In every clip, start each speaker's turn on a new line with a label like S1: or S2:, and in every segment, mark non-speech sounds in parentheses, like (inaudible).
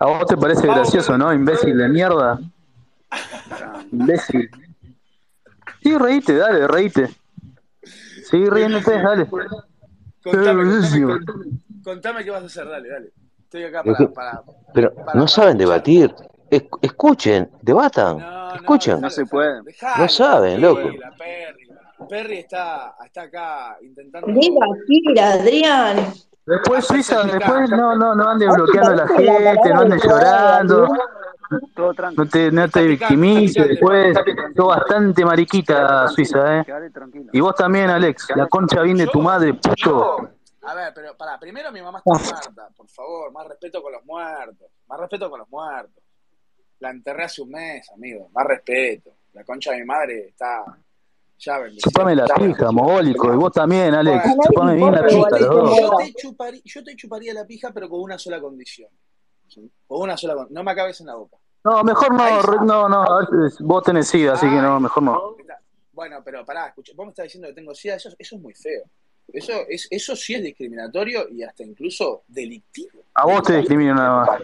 S1: ¿A vos te parece gracioso, no? Imbécil de mierda. Imbécil. Sí, reíte, dale, reíte. Sí, riéndote, dale.
S2: Contame,
S1: Eh,
S2: contame,
S1: buenísimo.
S2: contame, contame qué vas a hacer, dale, dale. Estoy acá
S3: Pero
S2: para.
S3: que-
S2: para-
S3: Pero
S2: para-
S3: no
S2: para
S3: saben
S2: escuchar.
S3: debatir. Es- escuchen, debatan.
S2: No, no,
S3: escuchen.
S1: No se puede.
S2: dejalo,
S3: No saben,
S2: tranquila,
S3: loco.
S2: Perry. Perry está, está acá intentando.
S4: Diga, tira, Adrián.
S1: Después Suiza, después no, no, no andes bloqueando a la gente, no andes llorando,
S5: Todo tranquilo.
S1: no te, no te victimices, después sos bastante mariquita Suiza, eh.
S5: Quedate tranquilo.
S1: Y vos también, Alex, la concha bien de tu madre, puto.
S2: Yo- A ver, pero pará, primero mi mamá está muerta, por favor, más respeto con los muertos, más respeto con los muertos. La enterré hace un mes, amigo, más respeto. La concha de mi madre está ya bendecida.
S1: Chupame la
S2: Ya
S1: pija,
S2: bendecida.
S1: mogólico, y vos también, Alex,
S2: Bueno,
S1: chupame bien la
S2: Yo
S1: pija los dos.
S2: te- yo te, chuparía, yo te chuparía la pija, pero con una sola condición. ¿sí? Con una sola condición. No me acabes en la boca.
S1: No, mejor no, re- no, no, a ver, vos tenés sida, así que no, mejor no.
S2: Bueno, pero pará, escucha, vos me estás diciendo que tengo sida, eso, eso es muy feo. Eso, es, eso sí es discriminatorio y hasta incluso delictivo.
S1: A vos te discrimino nada más.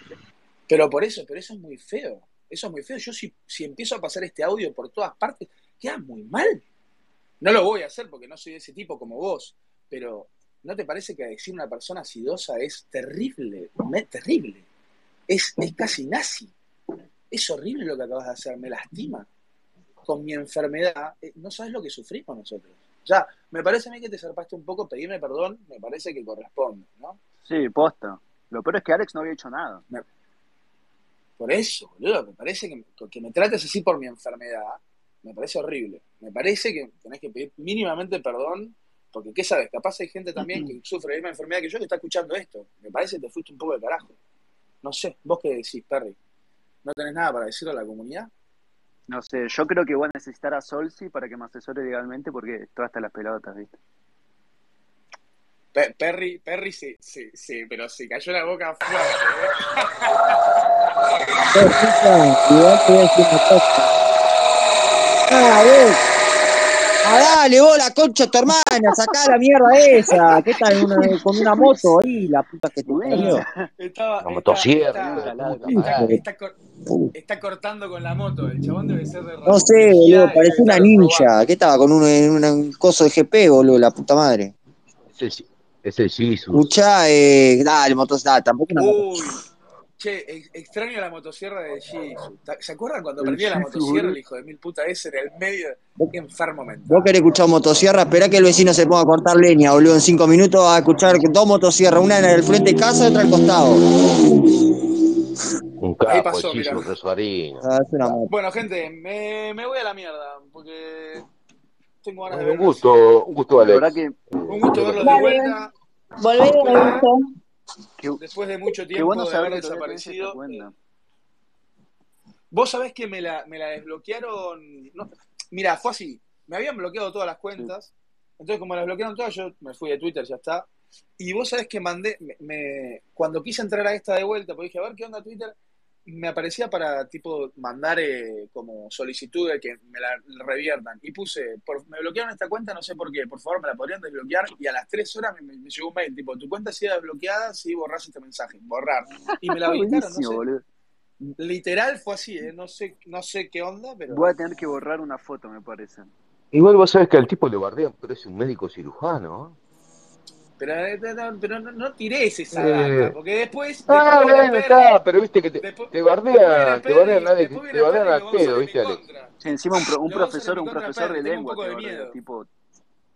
S2: Pero por eso, pero eso es muy feo. Eso es muy feo. Yo si, si empiezo a pasar este audio por todas partes, queda muy mal. No lo voy a hacer porque no soy de ese tipo como vos, pero ¿no te parece que decir una persona sidosa es terrible? Me- Terrible. Es, es casi nazi. Es horrible lo que acabas de hacer, me lastima. Con mi enfermedad, eh, no sabes lo que sufrimos nosotros. Ya, me parece a mí que te zarpaste un poco, pedirme perdón, me parece que corresponde, ¿no?
S5: Sí, posta. Lo peor es que Alex no había hecho nada.
S2: Por eso, boludo, me parece que, que me trates así por mi enfermedad, me parece horrible. Me parece que tenés que pedir mínimamente perdón, porque qué sabes, capaz hay gente también que sufre la misma enfermedad que yo que está escuchando esto. Me parece que te fuiste un poco de carajo. No sé, vos qué decís, Perry. ¿No tenés nada para decirle a la comunidad?
S5: No sé, yo creo que voy a necesitar a Solsi para que me asesore legalmente porque estoy hasta las pelotas, ¿viste?
S2: Pe- Perry, Perry se, se, se- pero se cayó la boca ¿eh? fuerte.
S6: Ah, dale, vos la concha de tu hermana, sacá la mierda esa. ¿Qué tal una- con una moto ahí, la puta que te parió?
S2: ¿eh? Estaba,
S3: La
S2: está-
S3: motosierra,
S2: está-
S3: la- la-
S2: está-
S3: la-
S2: está cor- está cortando con la moto, el chabón debe ser de
S6: No sé, boludo, parecía una ninja. ¿Qué estaba con un, en un- un coso de GP, boludo, la puta madre?
S3: Ese, ese Jesus.
S6: Escuchá, eh, dale, motos, nada, tampoco una moto.
S2: Uy, che, ex- extraño la motosierra de Jesus. Ta- ¿Se acuerdan cuando perdió la motosierra el hijo de mil puta ese en el medio? Qué enfermo mental.
S6: Vos querés escuchar motosierra, esperá que el vecino se ponga a cortar leña, boludo. En cinco minutos vas a escuchar dos motosierras, una en el frente de casa, otra al costado.
S3: Un
S2: Ahí
S3: capo,
S2: pasó,
S3: el Jesus
S2: mirá.
S3: Resuarino.
S6: O sea, es una moto.
S2: Bueno, gente, me, me voy a la mierda porque tengo ganas de
S3: Un
S2: ver.
S3: gusto, un gusto,
S5: La verdad
S3: Alex.
S5: que
S2: Un gusto verlo de
S4: Dale.
S2: vuelta
S4: Volvé a
S2: después de mucho
S5: qué
S2: tiempo
S5: bueno
S2: de
S5: saber
S2: haber
S5: que todavía tenés este esta
S2: desaparecido. eh,
S5: cuenta.
S2: Vos sabés que me la, me la desbloquearon. No, mira, fue así. Me habían bloqueado todas las cuentas. Entonces, como las bloquearon todas, yo me fui de Twitter, ya está. Y vos sabés que mandé. me- me- cuando quise entrar a esta de vuelta, porque dije, a ver qué onda Twitter, me aparecía para tipo mandar eh, como solicitud de que me la reviertan. Y puse, por- me bloquearon esta cuenta, no sé por qué, por favor me la podrían desbloquear. Y a las tres horas me, me- me llegó un mail, tipo, tu cuenta ha sido desbloqueada si borras este mensaje, borrar. Y
S7: (laughs)
S2: me la habilitaron, no
S5: Buenísimo,
S2: sé.
S5: boludo.
S2: Literal fue así, ¿eh? no sé, no sé qué onda, pero
S5: Voy a tener que borrar una foto, me parece.
S3: Igual vos sabés que al tipo le bardean, pero es un médico cirujano. ¿eh?
S2: pero, eh, no, pero no, no tires esa
S3: Eh.
S2: data, porque después, después
S3: Ah,
S2: viene
S3: bueno,
S2: Perry,
S3: está, pero viste que te,
S2: después-
S3: te
S2: después viene
S3: bardean, te
S2: Perry,
S3: bardean, a-
S2: después viene Perry y
S3: te bardean al
S2: lo vamos a
S3: pedo,
S2: hacer en
S3: viste,
S2: mi
S3: Alex.
S2: contra.
S5: Sí, encima un, pro- un
S2: Lo voy a hacer
S5: profesor,
S2: en
S5: un
S2: contra,
S5: profesor
S2: Perry,
S5: de
S2: tengo un
S5: lengua,
S2: poco
S5: te
S2: de
S5: bardea,
S2: miedo.
S5: tipo,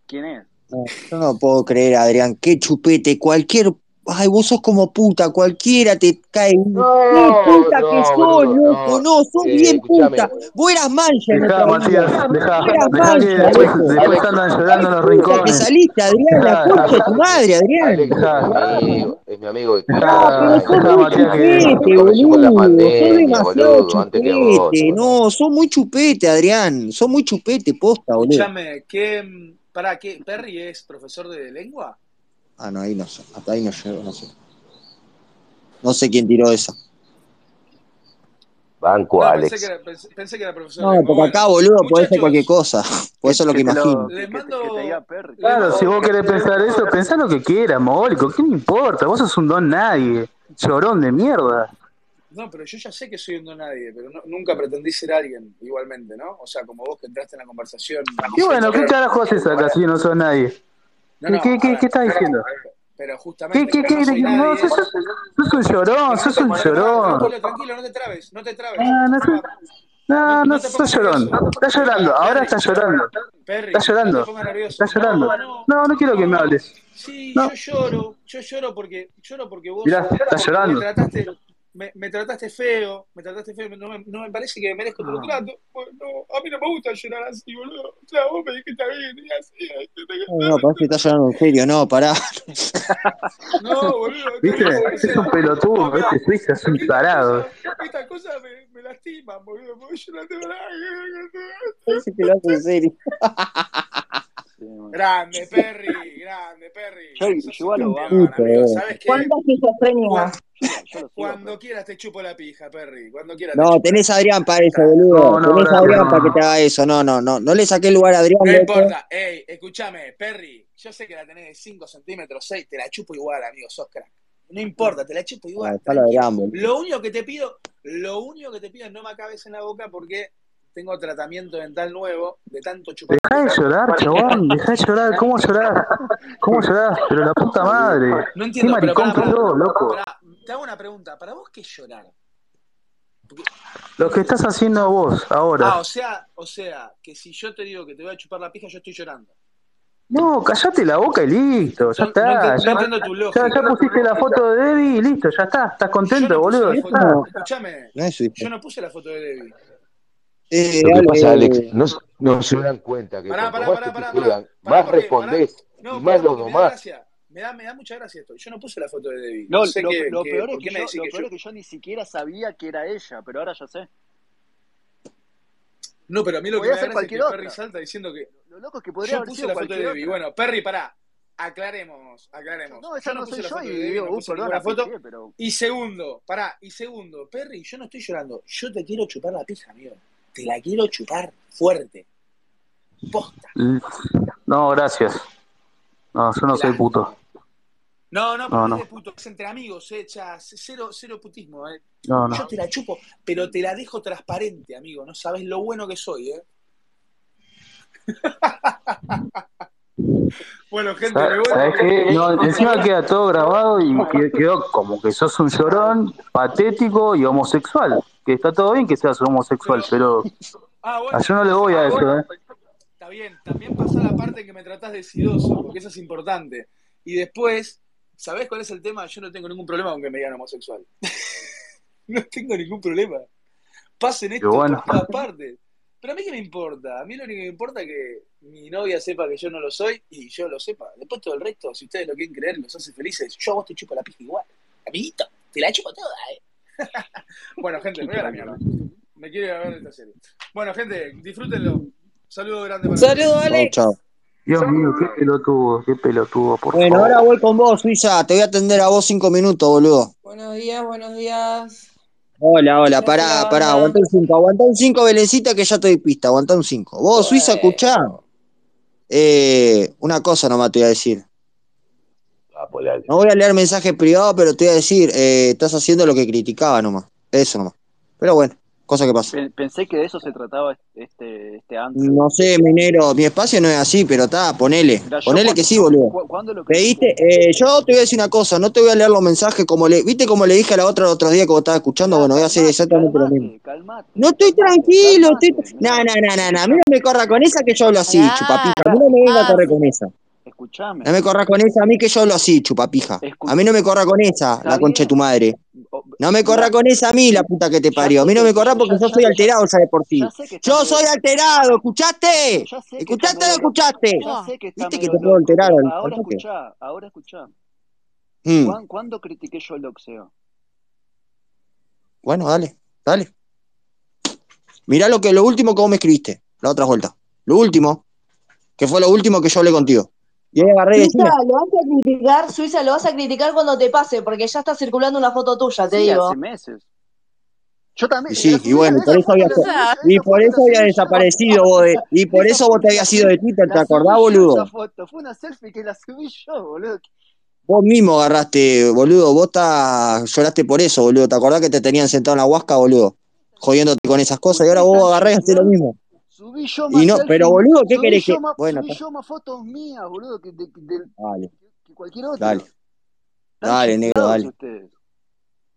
S5: ¿quién es?
S6: No, yo no puedo creer, Adrián, qué chupete, cualquier. Ay, vos sos como puta, cualquiera te cae. No, puta que sos, loco, no, sos
S3: eh,
S6: bien
S3: escuchame.
S6: puta. Vos eras mancha en
S1: Dejá,
S6: nuestra vida.
S1: Matías, dejá,
S6: Vos
S1: dejá que
S6: eras mancha,
S1: después,
S6: loco.
S1: después andan llorando en los
S6: Puta que
S1: rincones.
S6: saliste, Adrián, la
S1: Dejá,
S6: concha de tu madre, Adrián.
S3: Alex es mi amigo, es mi amigo de
S1: Ah,
S6: Pero sos
S1: dejá,
S6: muy
S1: Matías, que-
S6: chupete,
S3: Nos conocimos en la
S6: boludo. Sos
S3: pandemia,
S6: demasiado
S3: boludo, antes que vos.
S6: chupete. No, sos muy chupete, Adrián. Sos muy chupete, posta, boludo.
S2: Escuchame, ¿qué, mm, pará, qué, ¿Perry es profesor de lengua?
S6: Ah, no, ahí no sé. Hasta ahí no llego, no sé. No sé quién tiró esa.
S3: Banco,
S2: No, Ah, pensé que,
S3: Alex.
S2: era, pensé, pensé que era profesor
S6: No,
S2: de lengua.
S6: porque acá,
S2: Bueno,
S6: boludo, puede
S2: muchachos,
S6: ser cualquier cosa. Por eso es lo que
S5: te lo-
S7: (laughs)
S6: imagino.
S2: Les
S5: que- que-
S2: mando-
S5: que te diga Perry.
S3: Ah,
S1: Claro, si vos querés pensar eso, pensá lo que quieras, mogólico. ¿Qué me importa? Vos sos un don nadie. Llorón de mierda.
S2: No, pero yo ya sé que soy un don nadie, pero no- nunca pretendí ser alguien igualmente, ¿no? O sea, como vos que entraste en la conversación.
S1: Y bueno, ¿qué carajo haces acá si no sos nadie?
S2: No, no,
S1: ¿Qué- qué-
S2: ahora,
S1: qué estás diciendo?
S2: Pero justamente.
S1: ¿Qué, qué,
S2: que
S1: qué?
S2: no soy
S1: No,
S2: nadie.
S1: sos, sos- sos un llorón, sos un llorón.
S2: Tranquilo, tranquilo, no te trabes, no te trabes.
S1: Ah, no sé. No, no, sos llorón. Estás llorando, ahora estás llorando.
S2: Perry,
S1: Estás llorando.
S2: No te pongas nervioso.
S1: Estás llorando.
S2: No, no,
S1: No, no quiero que me hables.
S2: Sí,
S1: No.
S2: yo lloro, yo lloro porque lloro porque vos
S1: Mirá, estás llorando.
S2: me trataste, me, me trataste feo, me trataste feo, no me, no me parece que merezco
S1: Ah.
S2: tu trato. Bueno, no, a mí no me gusta llorar así, boludo. O sea, vos me dijiste bien y así, ahí te tengo-
S6: No, parece que estás llorando en serio, no, pará.
S2: no, boludo.
S1: ¿Viste?
S2: no, o sea,
S1: Es un pelotudo, ¿viste? Suiza es un
S2: estas
S1: tarado.
S2: cosas- Estas cosas me, me lastiman, boludo, porque yo no te
S6: Parece que lo haces en serio.
S5: Sí, bueno.
S2: Grande, Perry, grande, Perry.
S5: Yo- yo
S2: Sos
S5: igual lo
S2: un
S5: banco,
S2: campeón, amigo.
S6: eh.
S2: ¿Sabes qué?
S4: ¿Cuánta esquizofrenia?
S5: Yo lo sigo,
S2: Cuando quieras te chupo la pija, Perry. Cuando quieras. te
S6: No,
S2: chupo
S6: tenés
S2: la
S6: a
S2: pija.
S6: Adrián para eso,
S2: Está.
S6: boludo.
S1: No, no,
S6: tenés a
S1: no,
S6: Adrián
S1: no.
S6: para que te haga eso. No, no, no. No le saqué el ¿eh? lugar a Adrián.
S2: No
S6: loco.
S2: importa. Ey, escúchame, Perry. Yo sé que la tenés de 5 centímetros, 6. Te la chupo igual, amigo. Sos crack. No importa, te la chupo
S6: Ah,
S2: igual.
S6: dejalo a
S2: tranquilo.
S6: Adrián, boludo.
S2: Lo único que te pido, lo único que te pido es no me acabes en la boca porque tengo tratamiento dental nuevo de tanto chupar.
S1: Dejá de llorar, chabón, dejá de llorar, ¿cómo llorar? ¿Cómo llorar? Pero la puta madre,
S2: No
S1: qué
S2: entiendo, pero
S1: maricón
S2: pará,
S1: que
S2: pará,
S1: sos, loco.
S2: pará. te hago una pregunta. ¿Para vos qué es llorar?
S1: Lo que estás haciendo vos
S2: Ah,
S1: ahora.
S2: o sea, o sea, que si yo te digo que te voy a chupar la pija, yo estoy llorando.
S1: No, callate la boca y listo, ya
S2: No- no
S1: está.
S2: entiendo- no
S1: Ya,
S2: entiendo tu lógica.
S1: ya- ya pusiste la foto de Debbie y listo, ya está. ¿Estás
S2: Yo
S1: contento,
S2: no puse
S1: boludo?
S2: la
S1: Ya
S2: foto-
S1: está.
S2: Escuchame,
S6: No es su
S2: yo
S6: hijo.
S2: no puse la foto de Debbie.
S6: Eh,
S3: Lo que
S6: dale.
S3: pasa, Alex, no, se- no se dan cuenta que
S2: Pará,
S3: cuanto
S2: pará,
S3: más
S2: pará,
S3: te
S2: pará,
S3: cuidan,
S2: pará,
S3: más
S2: porque-
S3: respondés
S2: No,
S3: y más
S2: porque
S3: los
S2: me da
S3: demás.
S2: gracia. Me da, me da mucha gracia esto. Yo no puse la foto de Debbie.
S5: No,
S2: sé
S5: lo,
S2: que-
S5: lo
S2: que-
S5: peor,
S2: ¿por
S5: es
S2: qué
S5: que
S2: me
S5: yo,
S2: decís
S5: lo
S2: que
S5: peor
S2: yo-
S5: es que yo ni siquiera sabía que era ella, pero ahora ya sé.
S2: No, pero a mí lo que
S5: Podía
S2: me da
S5: ser
S2: gracia es que
S5: cualquier
S2: Perry
S5: otra.
S2: salta diciendo que
S5: Lo loco es que podría
S2: yo
S5: haber
S2: puse
S5: sido
S2: la foto de
S5: cualquier
S2: Debbie.
S5: otra.
S2: Bueno, Perry, pará. Aclaremos, aclaremos.
S5: No, esa
S2: no
S5: no
S2: puse
S5: soy
S2: la
S5: yo
S2: foto
S5: y
S2: de Debbie,
S5: digo,
S2: no
S5: uh,
S2: puse
S5: perdón,
S2: ninguna
S5: la
S2: foto.
S5: pifié, pero
S2: Y segundo, pará, y segundo, Perry, yo no estoy llorando, yo te quiero chupar la pija, amigo. Te la quiero chupar fuerte. Posta.
S1: No, gracias. No, yo no soy puto.
S2: No, no,
S1: No,
S2: pero no,
S1: no.
S2: es de puto, es entre amigos, eh, cha, cero, cero putismo, eh.
S1: No, no.
S2: Yo te la chupo, pero te la dejo transparente, amigo. No sabes lo bueno que soy, eh. (laughs) bueno, gente, me voy.
S1: ¿Sabés Ah, qué? No, encima queda todo grabado y que- quedó como que sos un llorón patético y homosexual. Que está todo bien que seas homosexual, pero
S2: Ah, bueno.
S1: a yo no le voy a eso, ¿eh?
S2: Está bien, también pasa la parte que me tratás de sidoso, porque eso es importante. Y después, ¿sabés cuál es el tema? Yo no tengo ningún problema con que me digan homosexual. (laughs) no tengo ningún problema. Pasen esto
S1: bueno.
S2: por todas partes. Pero a mí qué me importa. A mí lo único que me importa es que mi novia sepa que yo no lo soy y yo lo sepa. Después todo el resto, si ustedes lo quieren creer, los hace felices. Yo a vos te chupo la pija igual. Amiguito, te la chupo toda, eh. bueno, gente, me voy a la mierda. Me quiero ir a ver esta serie. Bueno, gente, disfrútenlo. Saludo grande para todos.
S4: Saludos, Alex.
S6: Chau, chau.
S1: Dios mío, qué pelotudo, qué pelotudo, por
S6: Bueno,
S1: favor.
S6: ahora voy con vos, Suiza. Te voy a atender a vos cinco minutos, boludo.
S4: Buenos días, buenos días.
S6: Hola, hola,
S4: Hola,
S6: pará,
S4: hola,
S6: pará,
S4: hola.
S6: aguantá un 5, aguantá un 5, Belecita, que ya te doy pista, aguantá un 5. Vos, Suiza,
S4: Bueno.
S6: escuchá. Eh, una cosa nomás te voy a decir.
S3: Ah, por Alex.
S6: No voy a leer mensajes privados, pero te voy a decir, eh, estás haciendo lo que criticaba nomás. Eso nomás. Pero bueno, cosa que pasa.
S5: pe- pensé que de eso se trataba este, este antes.
S6: No sé, minero, mi espacio no es así, pero está, ponele.
S5: Mirá, yo
S6: Ponele
S5: cuando-
S6: que sí, boludo.
S5: cu- ¿Cuándo lo
S6: Pediste, eh, yo te voy a decir una cosa, no te voy a leer los mensajes como le, viste como le dije a la otra el otro día que vos estabas escuchando, bueno, voy a hacer exactamente lo mismo.
S5: Calmate,
S6: No estoy tranquilo, estoy... No, no, no, no, no, a mí no me corra con esa que yo hablo así,
S4: Pará.
S6: chupapija. A mí no me venga a correr con esa.
S5: Escuchame.
S6: No me corra con esa, a mí que yo hablo así, chupapija. A mí no me corra con esa, la concha de tu madre.
S5: O-
S6: No me corra
S5: Mirá,
S6: con esa a mí, la puta que te
S5: Ya
S6: parió. A mí
S5: sé
S6: no
S5: que-
S6: me corra porque
S5: ya-
S6: yo
S5: ya-
S6: soy
S5: ya-
S6: alterado ya de por sí.
S5: ya sé que está
S6: Yo
S5: medio-
S6: soy alterado, ¿escuchaste?
S5: ya sé que está
S6: ¿Escuchaste o no
S5: medio-
S6: escuchaste?
S5: Ya sé que está
S6: Viste que
S5: medio
S6: te puedo
S5: loco, pero
S6: alterar al-
S5: Ahora
S6: al toque.
S5: escuchá, ahora escuchá.
S6: Mm,
S5: ¿Cuán- ¿Cuándo critiqué yo el boxeo?
S6: Bueno, dale, dale. Mirá lo que lo último que vos me escribiste, la otra vuelta. Lo último, que fue lo último que yo hablé contigo. Y ahí agarré y decía,
S4: Suiza, lo vas a criticar, Suiza, lo vas a criticar cuando te pase, porque ya está circulando una foto tuya, te
S5: Sí,
S4: digo.
S5: hace meses. Yo también.
S6: Y sí,
S5: la
S6: y bueno,
S5: semana-
S6: por eso había-
S5: esa fue la-
S6: y
S5: esa
S6: por
S5: fue
S6: eso
S5: la
S6: había
S5: semilla.
S6: desaparecido vos de- y por
S5: Esa
S6: eso
S5: fue
S6: vos te
S5: la
S6: habías ido de Twitter, ¿te
S5: La
S6: acordás,
S5: subí yo
S6: boludo?
S5: Esa foto. Fue una selfie que la subí yo, boludo.
S6: Vos mismo agarraste, boludo. Vos ta- lloraste por eso, boludo. ¿Te acordás que te tenían sentado en la huasca, boludo? Jodiéndote con esas cosas. Y ahora vos agarrás y haces lo mismo.
S5: Subí yo
S6: Y
S5: más
S6: no,
S5: selfies,
S6: pero, boludo, ¿qué
S5: subí
S6: querés
S5: yo
S6: que-
S5: más-
S6: bueno,
S5: subí
S6: está.
S5: yo más fotos mías, boludo, que, de- que- del-
S6: Dale,
S5: que cualquier otro.
S6: dale.
S5: Están
S6: Dale,
S5: chiflados
S6: negro, dale.
S5: ustedes.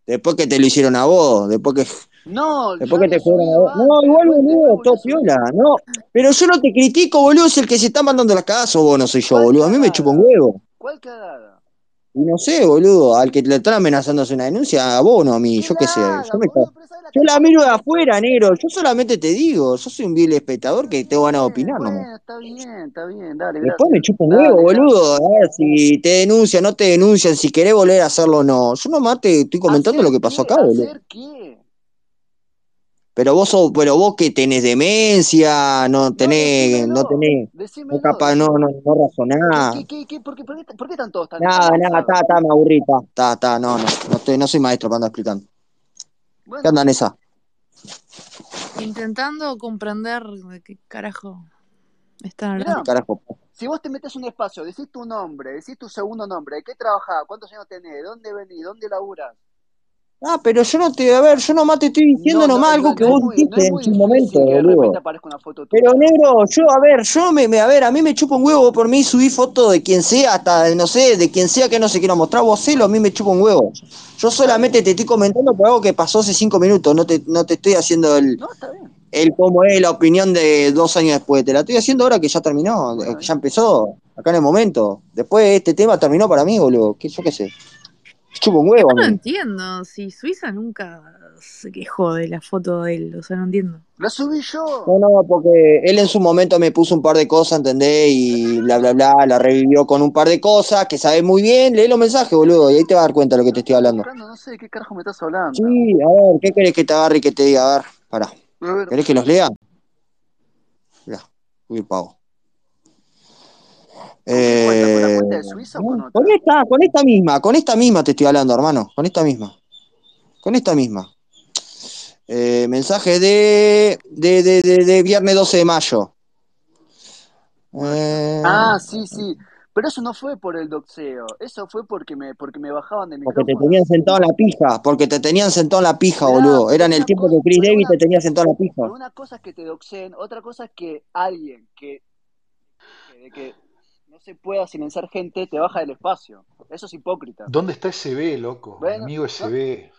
S6: Después que te lo hicieron a vos, después que
S5: No,
S6: Después
S5: ya
S6: que te
S5: había
S6: fueron
S5: subido
S6: a ver. No,
S5: antes,
S6: igual,
S5: después-
S6: boludo,
S5: después
S6: todo
S5: volví a subir.
S6: piola, no. Pero yo no te critico, boludo, es el que se está mandando las cagadas, sos vos no soy yo,
S5: ¿Cuál
S6: boludo. A mí me
S5: cagada?
S6: chupa un huevo.
S5: ¿Cuál cagada?
S6: Y no sé, boludo, al que le están amenazando hace una denuncia, a vos no a mí, yo qué sé.
S5: la
S6: Yo,
S5: hagan,
S6: me
S5: boludo,
S6: ca-
S5: pero esa es
S6: yo la
S5: cagada
S6: miro de
S5: que-
S6: afuera, negro. Yo solamente te digo, yo soy un vil espectador que te van a opinar nomás.
S5: Ah, Bueno, está bien, está bien, dale,
S6: Después me
S5: gracias.
S6: chupa un
S5: Dale,
S6: huevo,
S5: gracias.
S6: boludo. A ver si te denuncian, no te denuncian, si querés volver a hacerlo o no. Yo nomás te estoy comentando lo
S5: ¿Hacer
S6: que pasó
S5: qué?
S6: acá, boludo.
S5: ¿Hacer qué?
S6: Pero vos sos- pero vos que tenés demencia, no
S5: No,
S6: tenés, no
S5: decímelo,
S6: tenés, no
S5: decímelo,
S6: capaz, no, no,
S5: decímelo.
S6: no
S5: ¿Qué,
S6: razonás.
S5: qué, qué, qué? ¿Por, qué, por, qué, por qué están todos tan, tan
S6: Nada, nada, está,
S5: cansados?
S6: está, me aburrí, está, está, está, no, no, no, estoy, no soy maestro para andar explicando. ¿Qué
S5: Bueno,
S6: andan esa?
S8: Intentando comprender de qué carajo están
S5: mirá,
S8: hablando.
S6: Carajo.
S5: si vos te metes un espacio, decís tu nombre, decís tu segundo nombre, ¿de qué trabajás? ¿Cuántos años tenés? ¿De dónde venís? ¿Dónde laburás?
S6: Ah, pero yo no te, a ver, yo nomás te estoy diciendo
S5: No, no,
S6: nomás algo
S5: no,
S6: que
S5: no es
S6: vos
S5: muy, no
S6: dijiste
S5: es
S6: en
S5: muy
S6: su momento,
S5: difícil que de repente
S6: boludo.
S5: aparezca una foto
S6: Pero
S5: tuya.
S6: negro, yo, a ver, yo me, me- a ver, a mí me chupa un huevo por mí subí fotos de quien sea, hasta de no sé, de quien sea que no se quiera mostrar, vos celo, a mí me chupa un huevo. Yo
S5: Está
S6: solamente
S5: bien.
S6: te estoy comentando por algo que pasó hace cinco minutos, no te, no te estoy haciendo el,
S5: No, está bien.
S6: el cómo es la opinión de dos años después. Te la estoy haciendo ahora que ya terminó,
S5: Bueno,
S6: que ya
S5: bien.
S6: empezó, acá en el momento. Después este tema terminó para mí, boludo. Que yo qué sé. Chupo un huevo a
S8: Yo no
S6: mí.
S8: entiendo si Suiza nunca se quejó de la foto de él, o sea, no entiendo.
S5: La subí yo.
S6: No, no, porque él en su momento me puso un par de cosas, ¿entendés? Y bla, bla, bla, la revivió con un par de cosas que sabes muy bien. Lee los mensajes, boludo, y ahí te vas a dar cuenta de lo que
S5: Pero
S6: te estoy
S5: estoy
S6: hablando.
S5: buscando, no sé de qué carajo me estás hablando.
S6: Sí, a ver, ¿qué querés que te agarre y que te diga? A ver, pará.
S5: A ver,
S6: ¿Querés que los lea? Mirá, uy, pavo.
S5: ¿con
S6: Eh,
S5: qué cuenta? ¿Con la cuenta de Suiza o con
S6: con
S5: otra?
S6: esta, con esta misma, con esta misma te estoy hablando, hermano. Con esta misma, con esta misma. Eh, mensaje de, de, de, de, de viernes 12 de mayo.
S5: Bueno.
S6: Eh,
S5: Ah, sí, sí. Pero eso no fue por el doxeo. Eso fue porque me, porque me bajaban del
S6: porque te tenían
S5: micrófono.
S6: sentado en la pija, porque te tenían sentado en la pija,
S5: Mirá,
S6: boludo. Era
S5: pero
S6: en el
S5: una
S6: tiempo
S5: cosa,
S6: que Chris
S5: pero
S6: Davis
S5: una,
S6: te tenía sentado en la pija.
S5: pero una cosa es que te doxeen, otra cosa es que alguien que, que- de que no se pueda silenciar gente te baja del espacio. Eso es hipócrita.
S9: ¿Dónde está ese B, loco? Mi
S5: Bueno,
S9: amigo ese
S5: no,
S9: B.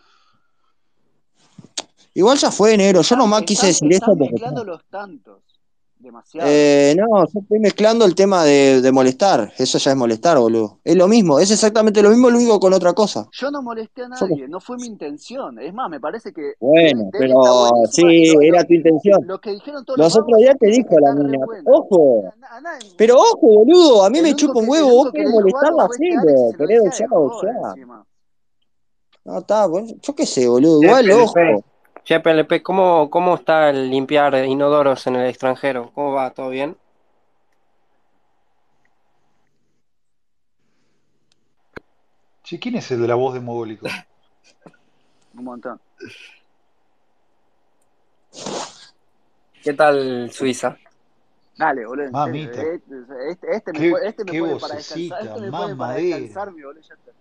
S6: Igual ya fue negro, yo
S5: estás,
S6: nomás quise
S5: estás,
S6: decir
S5: estás
S6: eso porque.
S5: mezclando los tantos. Demasiado.
S6: Eh, no, yo estoy mezclando el tema de, de molestar. Eso ya es molestar, boludo. Es lo mismo, es exactamente lo mismo, lo único con otra cosa.
S5: Yo no molesté a
S6: Yo qué
S5: nadie, no fue mi intención. Es más, me parece que Debbie,
S6: Bueno,
S5: Debbie está
S6: pero
S5: buenísima y
S6: sí,
S5: lo, lo,
S6: era tu intención.
S5: lo que dijeron todos los
S6: Los otros
S5: vagos
S6: días te
S5: es-
S6: dijo la
S5: está re
S6: mina,
S5: buena.
S6: ojo,
S5: Na- na- nadie-
S6: pero ojo, boludo, a mí
S5: el
S6: me
S5: único
S6: chupa un
S5: que el
S6: huevo, vos
S5: único que
S6: querés
S5: le dijo algo
S6: molestarla,
S5: fue este Alex y
S6: celo,
S5: se lo
S6: querés
S5: decía de
S6: boxear,
S5: joda
S6: boxear.
S5: encima.
S6: No, está, bueno, yo qué sé, boludo,
S7: Che,
S6: igual,
S7: PLP,
S6: ojo.
S7: che, PLP, ¿cómo, cómo está el limpiar inodoros en el extranjero? ¿Cómo va? ¿Todo bien?
S9: Che, ¿quién es el de la voz de Mogólico?
S5: Un montón.
S7: ¿Qué tal Suiza?
S5: Dale, boludo, en serio.
S9: Mamita,
S5: Este, este- este me
S9: qué,
S5: pone, este me
S9: qué
S5: pone para descansar,
S9: vocecita,
S5: este me pone para
S9: mamadera.
S5: descansar, mi boludo. ya está.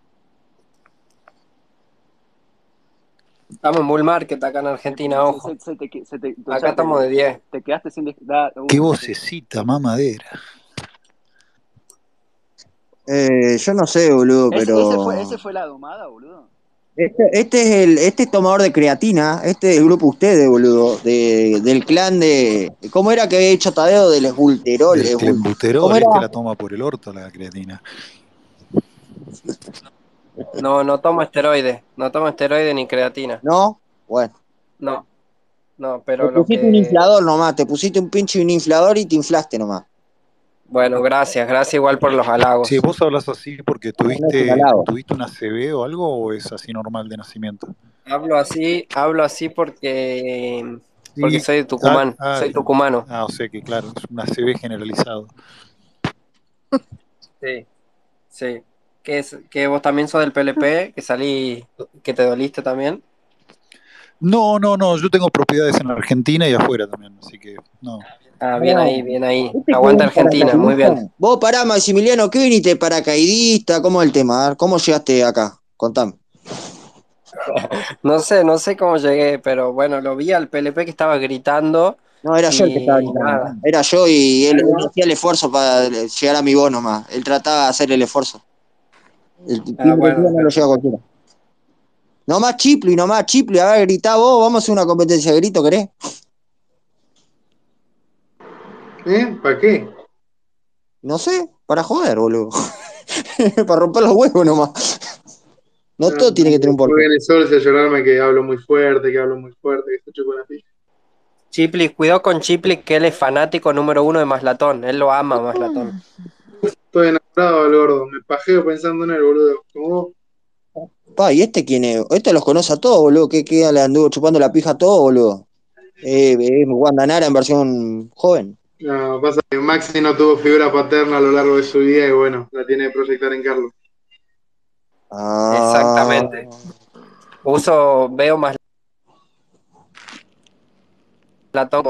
S7: Estamos en bull market acá en
S5: Se,
S7: Argentina,
S5: se-
S7: ojo.
S5: se- se te, que- se te- o
S7: Acá
S5: sea,
S7: estamos
S5: te,
S7: de 10.
S5: te quedaste sin des- da-
S9: Qué
S5: uh, sí.
S9: vocecita, mamadera.
S6: Eh, yo no sé, boludo,
S5: Ese, ese fue, ese
S6: pero.
S5: fue la domada, boludo.
S6: Este, este es el, este es tomador de creatina, este es el grupo ustedes, boludo, de, del clan de. ¿Cómo era que había hecho Tadeo del esbulterol?
S9: Del
S6: esbul-
S9: clenbuterol,
S6: ¿Cómo era?
S9: este la toma por el orto la creatina.
S7: No, no tomo esteroides, no tomo esteroides ni creatina.
S6: ¿No? Bueno.
S7: No, no,
S6: Te
S7: pero lo
S6: pusiste un
S7: que...
S6: inflador nomás, te pusiste un pinche y un inflador y te inflaste nomás.
S7: Bueno, gracias, gracias igual por los
S9: Che,
S7: halagos.
S9: ¿vos hablas así porque
S6: No, no es un
S9: tuviste,
S6: halago.
S9: tuviste una CB o algo o es así normal de nacimiento?
S7: Hablo así, hablo así porque, porque
S9: Sí,
S7: soy de
S9: ah,
S7: Tucumán,
S9: ah,
S7: soy tucumano.
S9: ah, o sea que claro, es una CB generalizado.
S7: Sí, sí. Que, es, que vos también sos del PLP, que salí, que te doliste también.
S10: No, no, no, yo tengo propiedades en Argentina y afuera también, así que no.
S5: Ah, bien ahí, bien ahí.
S6: Este
S5: Aguanta Argentina, muy bien.
S6: Vos pará, Maximiliano, ¿qué viniste? ¿Paracaidista? ¿Cómo es el tema? A ver, ¿Cómo llegaste acá? Contame.
S5: No sé, no sé cómo llegué, pero bueno, lo vi al PLP que estaba gritando.
S6: No, era yo el
S5: Y
S6: que estaba gritando.
S5: nada.
S6: Era yo y él, él hacía el esfuerzo para llegar a mi voz nomás. Él trataba de hacer el esfuerzo. El
S5: Ah,
S6: timbre
S5: bueno,
S6: tío no lo lleva cualquiera. Nomás Chipli, nomás Chipli. A ver, gritá vos, vamos a hacer una competencia de grito, ¿querés?
S7: ¿Eh? ¿Para qué?
S6: No sé, para joder, boludo. (laughs) para romper los huevos nomás. No todo tiene que tener un porqué.
S7: Porque en el sol se llorarme que hablo muy fuerte, que hablo muy fuerte, que estoy con la pija.
S5: Chiplis, cuidado con Chiplis, que él es fanático número uno de Maslatón. Él lo ama, Maslatón.
S7: Estoy enamorado del gordo, me pajeo pensando en él, boludo. Como vos.
S6: Pa, ¿y este quién es? Este los conoce a todos, boludo. ¿Qué queda? Le anduvo chupando la pija a todos, boludo. Eh, es Wanda Nara en versión joven.
S7: No, pasa que Maxi no tuvo figura paterna a lo largo de su vida y bueno, la tiene que proyectar en Carlos.
S6: Ah.
S5: Exactamente. Uso, veo más Latón